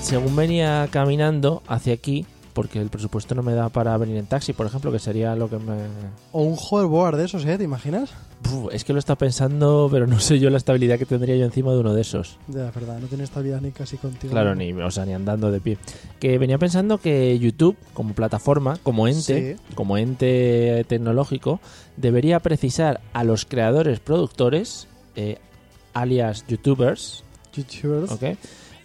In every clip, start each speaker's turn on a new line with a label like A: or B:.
A: Según venía caminando hacia aquí, porque el presupuesto no me da para venir en taxi, por ejemplo, que sería lo que me...
B: O un hoverboard de esos, ¿eh? ¿Te imaginas?
A: Uf, es que lo está pensando, pero no sé yo la estabilidad que tendría yo encima de uno de esos.
B: Ya, es verdad, no tiene estabilidad ni casi contigo.
A: Claro, ni, o sea, ni andando de pie. Que venía pensando que YouTube, como plataforma, como ente, como ente tecnológico, debería precisar a los creadores productores, eh, alias youtubers,
B: YouTubers.
A: ¿ok?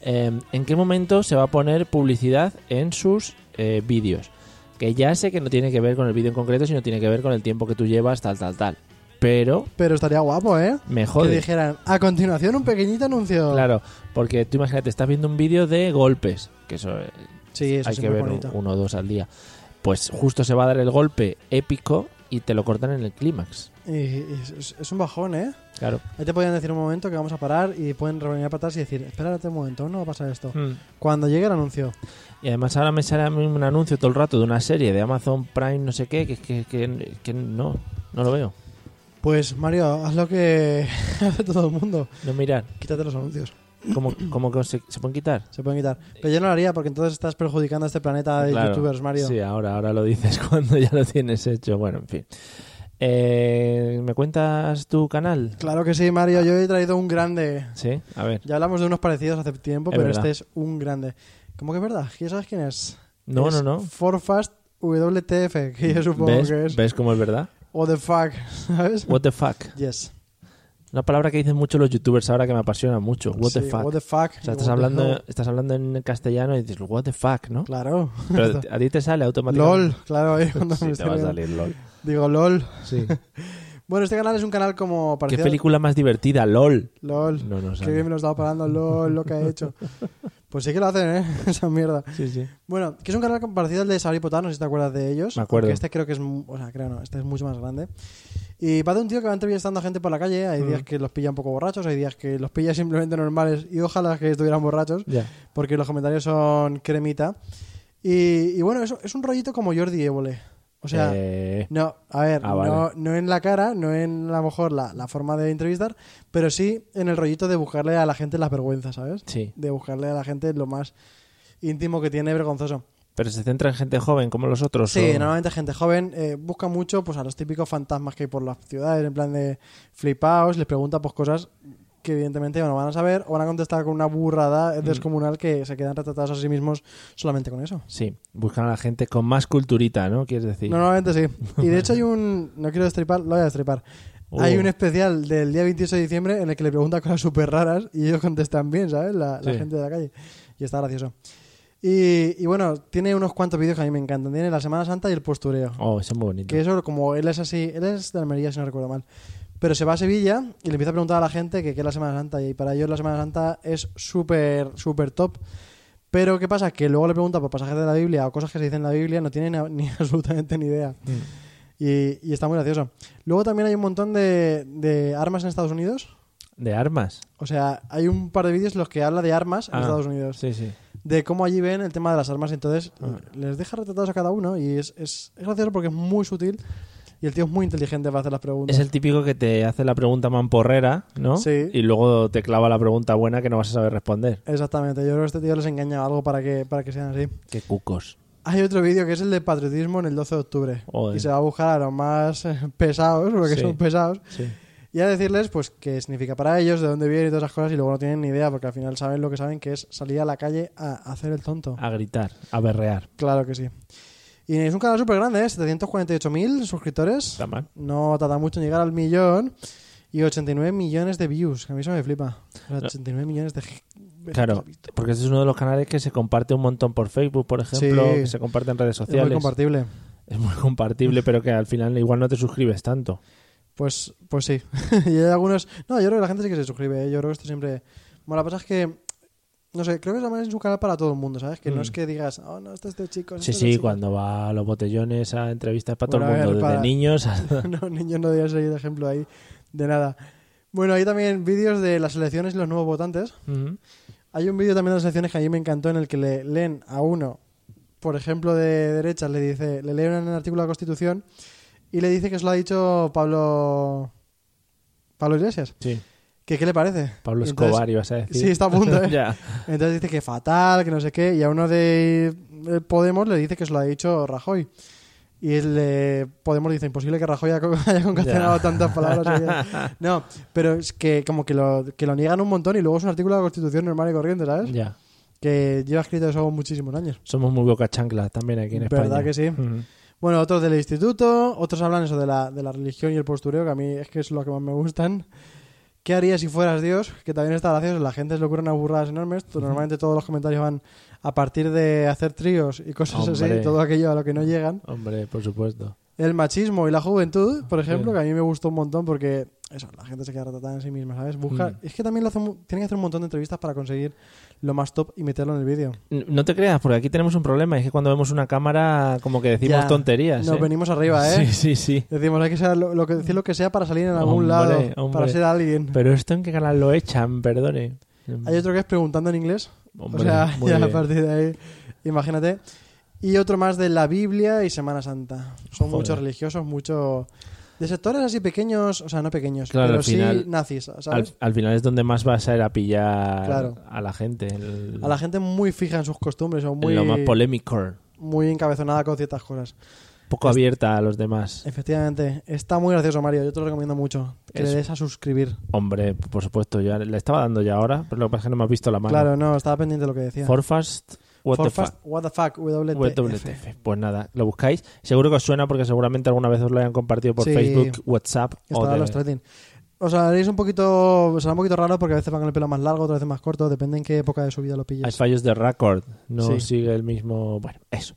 A: Eh, en qué momento se va a poner publicidad en sus eh, vídeos. Que ya sé que no tiene que ver con el vídeo en concreto, sino tiene que ver con el tiempo que tú llevas, tal, tal, tal. Pero
B: Pero estaría guapo, ¿eh?
A: me
B: Que
A: jode.
B: dijeran, a continuación un pequeñito anuncio.
A: Claro, porque tú imagínate, estás viendo un vídeo de golpes, que eso eh,
B: Sí, eso
A: hay
B: es
A: que
B: muy
A: ver
B: bonito.
A: uno o dos al día. Pues justo se va a dar el golpe épico y te lo cortan en el clímax.
B: Y- y es, es un bajón, ¿eh?
A: Claro.
B: Ahí te podían decir un momento que vamos a parar y pueden reunir para atrás y decir, espérate un momento, no va a pasar esto.
A: Mm.
B: Cuando llegue el anuncio.
A: Y además ahora me sale a mí un anuncio todo el rato de una serie de Amazon Prime, no sé qué, que, que, que, que no, no lo veo.
B: Pues Mario, haz lo que hace todo el mundo.
A: No mirar.
B: Quítate los anuncios.
A: ¿Cómo, cómo que se, se pueden quitar?
B: Se pueden quitar. Pero yo no lo haría porque entonces estás perjudicando a este planeta de
A: Claro.
B: youtubers, Mario.
A: Sí, ahora, ahora lo dices cuando ya lo tienes hecho. Bueno, en fin. Eh, ¿Me cuentas tu canal?
B: Claro que sí, Mario. Yo he traído un grande.
A: Sí, a ver.
B: Ya hablamos de unos parecidos hace tiempo,
A: Es
B: pero
A: verdad.
B: este es un grande. ¿Cómo que es verdad? ¿Ya sabes quién es?
A: No,
B: Es
A: no, no.
B: Forfast WTF, que yo supongo
A: ¿Ves?
B: que es.
A: ¿Ves cómo es verdad?
B: O the fuck, ¿sabes?
A: What the fuck.
B: Yes.
A: Una palabra que dicen mucho los youtubers ahora que me apasiona mucho. What the
B: Sí,
A: fuck.
B: What the fuck.
A: O sea,
B: What
A: estás
B: the
A: hablando,
B: hell.
A: estás hablando en castellano y dices, what the fuck, ¿no?
B: Claro.
A: Pero a ti te sale automáticamente.
B: LOL, claro. ahí cuando
A: Sí,
B: me
A: te va a
B: sale-
A: salir LOL.
B: Digo LOL.
A: Sí.
B: Bueno, este canal es un canal como
A: ¿Qué
B: parecido.
A: película más divertida? LOL.
B: LOL.
A: No, no
B: Qué bien
A: sale.
B: me lo he estado parando. LOL, lo que ha hecho. Pues sí que lo hacen, ¿eh? Esa mierda.
A: Sí, sí.
B: Bueno, que es un canal como parecido al de Sabri Potá, no sé si te acuerdas de ellos.
A: Me acuerdo.
B: Aunque este creo que es. mu- O sea, creo no, este es mucho más grande. Y va de un tío que va entrevistando a gente por la calle. Hay
A: Mm.
B: días que los pilla un poco borrachos, hay días que los pilla simplemente normales. Y ojalá que estuvieran borrachos,
A: Ya.
B: porque los comentarios son cremita. Y, y bueno, es, es un rollito como Jordi Évole. O sea.
A: Eh,
B: No, a ver,
A: Ah,
B: no,
A: vale.
B: no en la cara, no en a lo mejor la, la forma de entrevistar, pero sí en el rollito de buscarle a la gente las vergüenzas, ¿sabes?
A: Sí.
B: De buscarle a la gente lo más íntimo que tiene vergonzoso.
A: Pero se centra en gente joven como los otros.
B: Sí,
A: o-
B: normalmente gente joven eh, busca mucho pues a los típicos fantasmas que hay por las ciudades, en plan de flipaos, les pregunta pues cosas que evidentemente no van a saber o van a contestar con una burrada descomunal que se quedan retratados a sí mismos solamente con eso.
A: Sí, buscan a la gente con más culturita, ¿no? Quieres decir.
B: Normalmente sí. Y de hecho hay un... No quiero destripar, lo voy a destripar.
A: Uh.
B: Hay un especial del día 28 de diciembre en el que le pregunta cosas súper raras y ellos contestan bien, ¿sabes? La, la
A: Sí.
B: gente de la calle. Y está gracioso. Y, y bueno, tiene unos cuantos vídeos que a mí me encantan. Tiene la Semana Santa y el postureo.
A: Oh, eso es muy bonito.
B: Que eso, como él es así, él es de Almería, si no recuerdo mal. Pero se va a Sevilla y le empieza a preguntar a la gente que qué es la Semana Santa. Y para ellos la Semana Santa es súper, súper top. Pero ¿qué pasa? Que luego le pregunta por pasajes de la Biblia o cosas que se dicen en la Biblia, no tienen ni, ni absolutamente ni idea. Y, y está muy gracioso. Luego también hay un montón de, de armas en Estados Unidos.
A: De armas.
B: O sea, hay un par de vídeos en los que habla de armas en
A: Ah,
B: Estados Unidos.
A: Sí, sí.
B: De cómo allí ven el tema de las armas. Y entonces
A: Ah.
B: les deja retratados a cada uno. Y es, es, es gracioso porque es muy sutil. Y el tío es muy inteligente para hacer las preguntas.
A: Es el típico que te hace la pregunta mamporrera, ¿no?
B: Sí.
A: Y luego te clava la pregunta buena que no vas a saber responder.
B: Exactamente. Yo creo que este tío les engaña algo para que, para que sean así.
A: Qué cucos. Oh,
B: Hay otro vídeo que es el de patriotismo en el 12 de octubre.
A: Joder.
B: Y se va a buscar a los más eh, pesados, porque
A: Sí.
B: son pesados.
A: Sí.
B: Y a decirles, pues, qué significa para ellos, de dónde vienen y todas esas cosas, y luego no tienen ni idea, porque al final saben lo que saben, que es salir a la calle a hacer el tonto.
A: A gritar, a berrear.
B: Claro que sí. Y es un canal súper grande, ¿eh? 748.000 suscriptores.
A: Está mal.
B: No tarda mucho en llegar al millón. Y 89 millones de views, que a mí eso me flipa. O sea,
A: No.
B: 89 millones de, veces.
A: Claro,
B: has visto.
A: porque este es uno de los canales que se comparte un montón por Facebook, por ejemplo,
B: Sí.
A: que se comparte en redes
B: Es muy
A: sociales.
B: compartible.
A: Es muy compartible, pero que al final igual no te suscribes tanto.
B: Pues, pues sí. y hay algunos. No, yo creo que la gente sí que se suscribe. ¿eh? Yo creo que esto siempre. Bueno, la cosa es que. No sé, creo que también es un canal para todo el mundo, ¿sabes? Que
A: Mm.
B: no es que digas, oh, no, este es de chicos.
A: Sí,
B: este es de
A: sí,
B: chicos".
A: cuando va a los botellones a entrevistas para todo
B: Bueno,
A: el
B: a ver,
A: mundo, desde
B: para-
A: niños a...
B: no, niños no deberían seguir de ejemplo ahí de nada. Bueno, hay también vídeos de las elecciones y los nuevos votantes.
A: Ujú.
B: Hay un vídeo también de las elecciones que a mí me encantó en el que le leen a uno, por ejemplo, de derechas, le dice, le leen un artículo de la Constitución y le dice que eso lo ha dicho Pablo Pablo Iglesias.
A: Sí,
B: Que, ¿Qué le parece?
A: Pablo
B: Y entonces-
A: Escobar ibas a decir.
B: Sí, está a punto, ¿eh?
A: ya.
B: Entonces dice que fatal, que no sé qué, y a uno de eh, Podemos le dice que se lo ha dicho Rajoy. Y el de Podemos dice, imposible que Rajoy haya co- haya concatenado
A: Ya.
B: tantas palabras. seguidas". no, pero es que como que lo, que lo niegan un montón y luego es un artículo de la Constitución normal y corriente, ¿sabes?
A: ya.
B: Que lleva escrito eso muchísimos años.
A: Somos muy boca chanclas también aquí en España.
B: ¿Verdad que sí?
A: Ujú.
B: Bueno, otros del instituto, otros hablan eso de la, de la religión y el postureo, que a mí es que es lo que más me gustan. ¿Qué harías si fueras Dios? Que también está gracioso, la gente se le ocurren unas burradas enormes. Tú, Normalmente todos los comentarios van a partir de hacer tríos y cosas
A: Hombre.
B: así, todo aquello a lo que no llegan.
A: Hombre, por supuesto.
B: El machismo y la juventud, por ejemplo,
A: Sí.
B: que a mí me gustó un montón porque eso, la gente se queda retratada en sí misma, ¿sabes? Busca,
A: Mm.
B: Es que también lo hacen mu- tienen que hacer un montón de entrevistas para conseguir lo más top y meterlo en el vídeo.
A: N- No te creas, porque aquí tenemos un problema. Es que cuando vemos una cámara, como que decimos
B: Ya.
A: tonterías.
B: Nos
A: ¿eh?
B: venimos arriba, ¿eh?
A: Sí, sí, sí.
B: Decimos, hay que, ser lo, lo que decir lo que sea para salir en algún
A: Hombre,
B: lado,
A: hombre.
B: para ser alguien.
A: Pero esto en qué canal lo echan, perdone.
B: Hay otro que es preguntando en inglés.
A: Hombre,
B: o sea,
A: muy
B: ya a
A: bien.
B: partir de ahí, imagínate. Y otro más de la Biblia y Semana Santa. Son
A: Joder.
B: muchos religiosos, muchos... De sectores así pequeños, o sea, no pequeños,
A: Claro,
B: pero
A: al final-
B: sí nazis, ¿sabes?
A: al, al final es donde más vas a ir a pillar
B: Claro.
A: a la gente. el-
B: A la gente muy fija en sus costumbres o
A: en
B: muy,
A: lo más polémico.
B: muy encabezonada con ciertas cosas.
A: Poco abierta a los demás.
B: Efectivamente, está muy gracioso, Mario. Yo te lo recomiendo mucho. Que
A: Es-
B: le des a suscribir.
A: Hombre, por supuesto, yo le estaba dando ya ahora, pero lo que pasa es que no me has visto la mano.
B: Claro, no, estaba pendiente de lo que decía.
A: Forfast, what the
B: Forfast,
A: fuck.
B: what the fuck, WTF.
A: WTF. Pues nada, lo buscáis. Seguro que os suena porque seguramente alguna vez os lo hayan compartido por
B: Sí.
A: Facebook, WhatsApp o
B: Estará
A: de-
B: los trending. Os haréis un poquito, os hará un poquito raro porque a veces van con el pelo más largo, otras veces más corto, depende en qué época de su vida lo
A: Hay
B: pilles.
A: fallos de record, no
B: Sí.
A: sigue el mismo. Bueno, eso.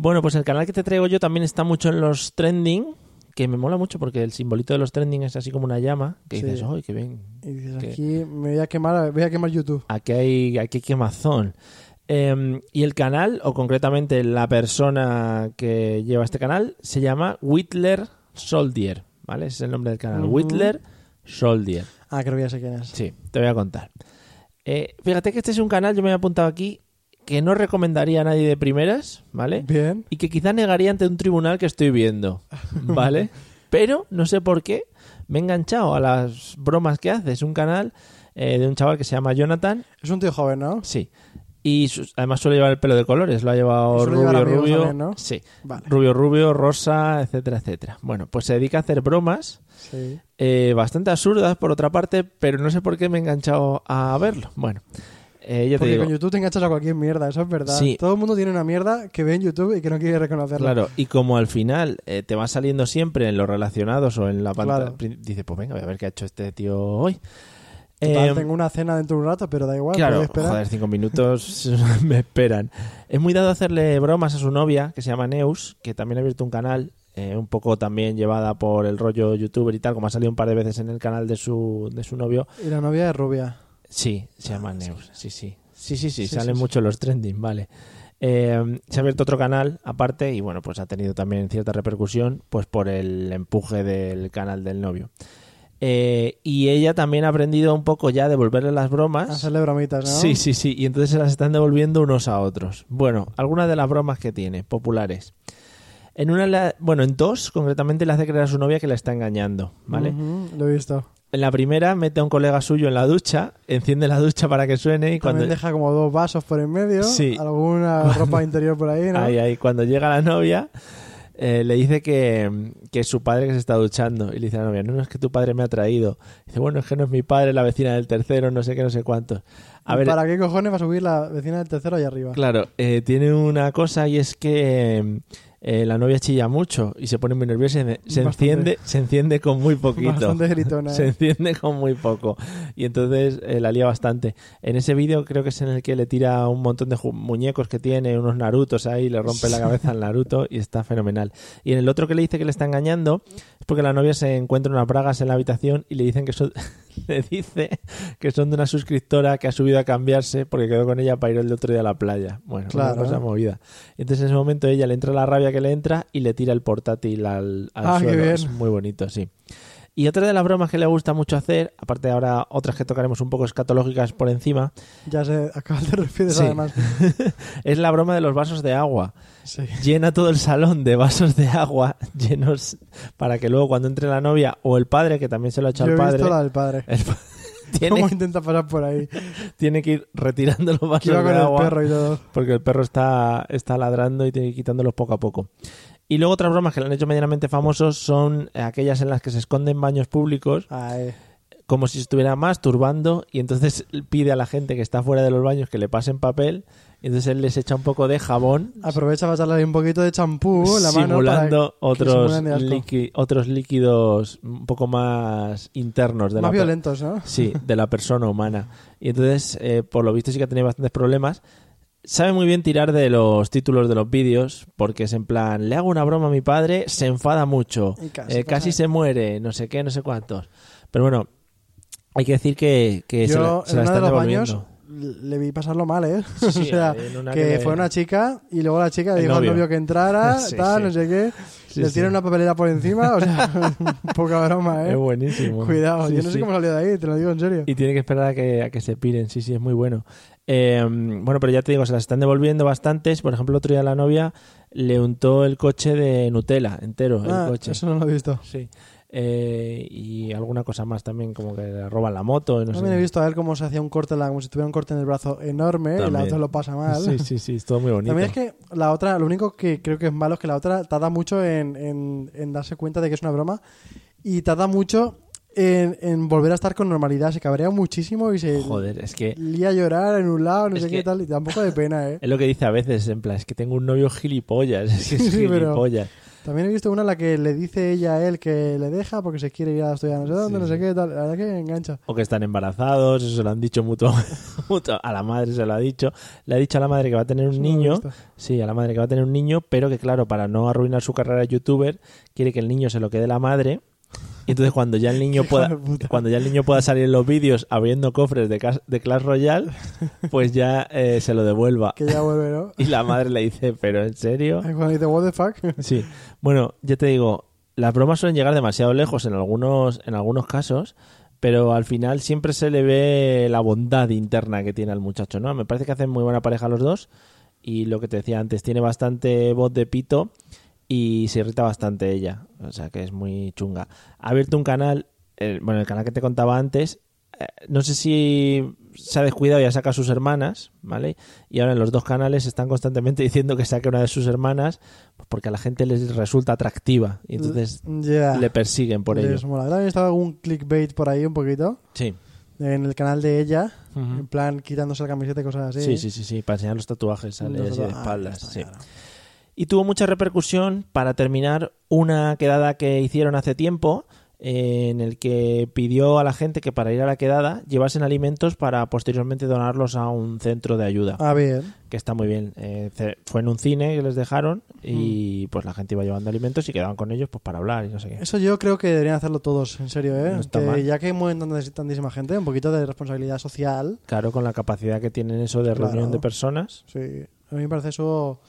A: Bueno, pues el canal que te traigo yo también está mucho en los trending, que me mola mucho porque el simbolito de los trending es así como una llama, que
B: Sí.
A: dices, ¡ay, qué bien!
B: Y dices,
A: ¿Qué?
B: aquí me voy a quemar, voy a quemar YouTube.
A: Aquí hay, aquí hay quemazón. Eh, y el canal, o concretamente la persona que lleva este canal, se llama Whitler Soldier, ¿vale? Ese es el nombre del canal,
B: Ujú.
A: Whitler Soldier.
B: Ah, creo que ya sé quién es.
A: Sí, te voy a contar. Eh, fíjate que este es un canal, yo me he apuntado aquí, que no recomendaría a nadie de primeras, ¿vale?
B: Bien.
A: Y que quizá negaría ante un tribunal que estoy viendo, ¿vale? Pero no sé por qué me he enganchado a las bromas que hace. Es un canal eh, de un chaval que se llama Jonathan,
B: Es un tío joven, ¿no?
A: sí. Y su- además suele llevar el pelo de colores, lo ha llevado
B: Y suele llevar
A: rubio,
B: amigos
A: rubio.
B: también, ¿no?
A: Sí,
B: Vale.
A: rubio, rubio, rosa, etcétera, etcétera. Bueno, pues se dedica a hacer bromas
B: Sí.
A: eh, bastante absurdas por otra parte, pero no sé por qué me he enganchado a verlo. Bueno, eh, ya te
B: Porque
A: digo.
B: con YouTube te enganchas a cualquier mierda, eso es verdad.
A: Sí.
B: Todo el mundo tiene una mierda que ve en YouTube y que no quiere reconocerla.
A: Claro, y como al final eh, te va saliendo siempre en los relacionados o en la pantalla,
B: Claro.
A: dice, pues venga, voy a ver qué ha hecho este tío hoy.
B: Total,
A: Em,
B: tengo una cena dentro de un rato, pero da igual,
A: Claro,
B: puedes esperar.
A: joder, cinco minutos me esperan. Es muy dado hacerle bromas a su novia, que se llama Neus, que también ha abierto un canal, eh, un poco también llevada por el rollo youtuber y tal, como ha salido un par de veces en el canal de su, de su novio.
B: Y la novia es rubia.
A: Sí, se llama
B: Ah, sí.
A: Neus, sí, sí. Sí, sí, sí,
B: Sí,
A: salen
B: sí,
A: mucho los trending, vale. Eh, se ha abierto otro canal aparte y bueno, pues ha tenido también cierta repercusión pues por el empuje del canal del novio. Eh, y ella también ha aprendido un poco ya de devolverle las bromas.
B: Hacerle bromitas, ¿no?
A: ¿Ah? Sí, sí, sí. Y entonces se las están devolviendo unos a otros. Bueno, algunas de las bromas que tiene, populares. En una, la- bueno, en dos, concretamente, le hace creer a su novia que la está engañando, ¿vale?
B: Ujú, lo he visto.
A: En la primera, mete a un colega suyo en la ducha, enciende la ducha para que suene y cuando...
B: También deja como dos vasos por en medio,
A: Sí.
B: alguna ropa interior por ahí, ¿no?
A: Ahí, ahí. Cuando llega la novia, eh, le dice que, que es su padre que se está duchando. Y le dice a la novia, no, no, es que tu padre me ha traído. Dice, bueno, es que no es mi padre, la vecina del tercero, no sé qué, no sé cuántos. A ver,
B: ¿Para qué cojones va a subir la vecina del tercero allá arriba?
A: Claro, eh, tiene una cosa y es que eh, eh, la novia chilla mucho y se pone muy nerviosa y se- se,
B: Bastante.
A: enciende, se enciende con muy poquito.
B: Bastante gritona.
A: Se
B: ¿eh?
A: enciende con muy poco. Y entonces eh, la lía bastante. En ese vídeo creo que es en el que le tira un montón de ju- muñecos que tiene, unos Narutos ahí, y le rompe la cabeza al Naruto y está fenomenal. Y en el otro que le dice que le está engañando es porque la novia se encuentra unas bragas en la habitación y le dicen que son, le dice que son de una suscriptora que ha subido a cambiarse porque quedó con ella para ir el otro día a la playa. Bueno,
B: Claro.
A: una cosa movida. Entonces en ese momento ella le entra la rabia que le entra y le tira el portátil al, al
B: Ah, qué
A: suelo.
B: bien.
A: Es muy bonito, sí. Y otra de las bromas que le gusta mucho hacer, aparte ahora otras que tocaremos un poco escatológicas por encima,
B: Ya se acaba de refieres
A: Sí.
B: además.
A: es la broma de los vasos de agua.
B: Sí.
A: Llena todo el salón de vasos de agua llenos para que luego cuando entre la novia o el padre, que también se lo ha hecho
B: Yo he
A: al padre, este-
B: visto la del padre.
A: el pa- tiene,
B: ¿Cómo intenta pasar por ahí?
A: tiene que ir retirando los
B: Que iba
A: vasos
B: con
A: de
B: el
A: agua
B: perro y todo.
A: porque el perro está, está ladrando y tiene que ir quitándolos poco a poco. Y luego otras bromas que le han hecho medianamente famosos son aquellas en las que se esconden baños públicos
B: Ay,
A: como si estuviera masturbando y entonces pide a la gente que está fuera de los baños que le pasen papel y entonces él les echa un poco de jabón
B: aprovecha para echarle ahí un poquito de champú en Uh, la mano. para
A: simulando otros,
B: simulan de asco.
A: líqui- otros líquidos un poco más internos de
B: Más
A: la per-
B: violentos, ¿no?
A: sí, de la persona humana. Y entonces, eh, por lo visto, sí que ha tenido bastantes problemas. Sabe muy bien tirar de los títulos de los vídeos, porque es en plan, le hago una broma a mi padre, se enfada mucho,
B: Y
A: eh,
B: casi
A: casi,
B: pasa.
A: se muere, no sé qué, no sé cuántos. Pero bueno, hay que decir que, que se la,
B: Yo
A: se la
B: en uno de
A: están
B: los
A: devolviendo.
B: baños le vi pasarlo mal, ¿eh?
A: Sí,
B: o sea,
A: en
B: que,
A: una que le-
B: fue una chica y luego la chica
A: El
B: dijo
A: novio.
B: al novio que entrara,
A: Sí,
B: tal,
A: sí.
B: no sé qué.
A: Sí,
B: le
A: sí.
B: tiran una papelera por encima, o sea, poca broma,
A: Es
B: ¿eh?
A: buenísimo.
B: Cuidado,
A: Sí,
B: yo no sé
A: sí.
B: cómo salió de ahí, te lo digo en serio.
A: Y tiene que esperar a que, a que se piren, sí, sí, es muy bueno. Eh, bueno, pero ya te digo, se las están devolviendo bastantes. Por ejemplo, el otro día la novia le untó el coche de Nutella entero,
B: Ah,
A: el coche.
B: eso no lo he visto.
A: Sí. Eh, y alguna cosa más también, como que le roban la moto. y No
B: También
A: sé.
B: he visto a él cómo se hacía un corte, en la, como si tuviera un corte en el brazo enorme y la
A: También.
B: otra lo pasa mal.
A: Sí, sí, sí, es todo muy bonito.
B: También es que la otra, lo único que creo que es malo es que la otra tarda mucho en, en- en darse cuenta de que es una broma y tarda mucho en, en volver a estar con normalidad. Se cabrea muchísimo y se
A: Joder, es que
B: lía a llorar en un lado, no
A: Es
B: sé qué
A: que-
B: tal, y tampoco de pena, ¿eh?
A: es lo que dice a veces, en plan, es que tengo un novio gilipollas, es que es
B: Sí, pero-
A: gilipollas.
B: También he visto una en la que le dice ella a él que le deja porque se quiere ir a estudiar no sé dónde,
A: Sí.
B: no sé qué tal. La verdad que engancha.
A: O que están embarazados, eso se lo han dicho mutuo, mutuo- a la madre se lo ha dicho. Le ha dicho a la madre que va a tener
B: Eso
A: un
B: no lo he
A: niño
B: visto.
A: Sí, a la madre que va a tener un niño, pero que claro, para no arruinar su carrera de youtuber, quiere que el niño se lo quede la madre. Y entonces cuando ya el niño
B: Hijo de
A: pueda
B: puta.
A: cuando ya el niño pueda salir en los vídeos abriendo cofres de, cas- de Clash Royale, pues ya eh, se lo devuelva.
B: Que ya vuelve, ¿no?
A: Y la madre le dice, "¿Pero en serio?"
B: Ahí Cuando dice, what the fuck.
A: Sí. Bueno, ya te digo, las bromas suelen llegar demasiado lejos en algunos en algunos casos, pero al final siempre se le ve la bondad interna que tiene al muchacho, ¿no? Me parece que hacen muy buena pareja los dos y lo que te decía antes, tiene bastante voz de pito y se irrita bastante ella, o sea que es muy chunga. Ha abierto un canal, eh, bueno, el canal que te contaba antes, eh, no sé si se ha descuidado y ha sacado a sus hermanas, ¿vale? Y ahora en los dos canales están constantemente diciendo que saque una de sus hermanas pues porque a la gente les resulta atractiva y entonces
B: Ya.
A: le persiguen por
B: Ah, Les
A: ello.
B: mola. También estaba algún clickbait por ahí un poquito.
A: Sí.
B: En el canal de ella.
A: Ujú.
B: En plan, quitándose la camiseta y cosas así.
A: Sí, sí, sí, sí, para enseñar los tatuajes, sale
B: Entonces,
A: así de
B: ah,
A: espaldas.
B: ya está,
A: sí.
B: claro.
A: Y tuvo mucha repercusión para terminar una quedada que hicieron hace tiempo eh, en el que pidió a la gente que para ir a la quedada llevasen alimentos para posteriormente donarlos a un centro de ayuda,
B: Ah, bien.
A: que está muy bien. Eh, ce- fue en un cine que les dejaron y pues la gente iba llevando alimentos y quedaban con ellos pues para hablar y no sé qué.
B: Eso yo creo que deberían hacerlo todos, en serio, ¿eh?
A: No está
B: Que
A: mal.
B: ya que mueven tantas- tantísima gente, un poquito de responsabilidad social.
A: Claro, con la capacidad que tienen eso de
B: Claro.
A: reunión de personas.
B: Sí. A mí me parece eso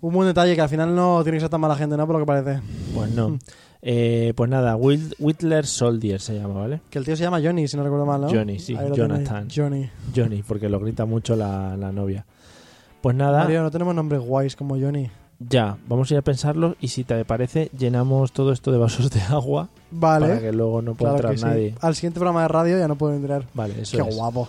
B: un buen detalle que al final no tiene que ser tan mala gente, ¿no? Por lo que parece.
A: Pues no. Eh, pues nada, Wild- Whitler Soldier se llama, ¿vale?
B: Que el tío se llama Johnny, si no recuerdo mal, ¿no?
A: Johnny, sí,
B: Ahí lo tenéis.
A: Jonathan.
B: Johnny.
A: Johnny, porque lo grita mucho la, la novia. Pues nada,
B: Mario, no tenemos nombres guays como Johnny.
A: ya, vamos a ir a pensarlo y si te parece, llenamos todo esto de vasos de agua para
B: Vale.
A: que luego no pueda
B: Claro que
A: entrar
B: sí.
A: nadie.
B: Al siguiente programa de radio ya no puedo entrar.
A: Vale, eso
B: Qué
A: es.
B: guapo.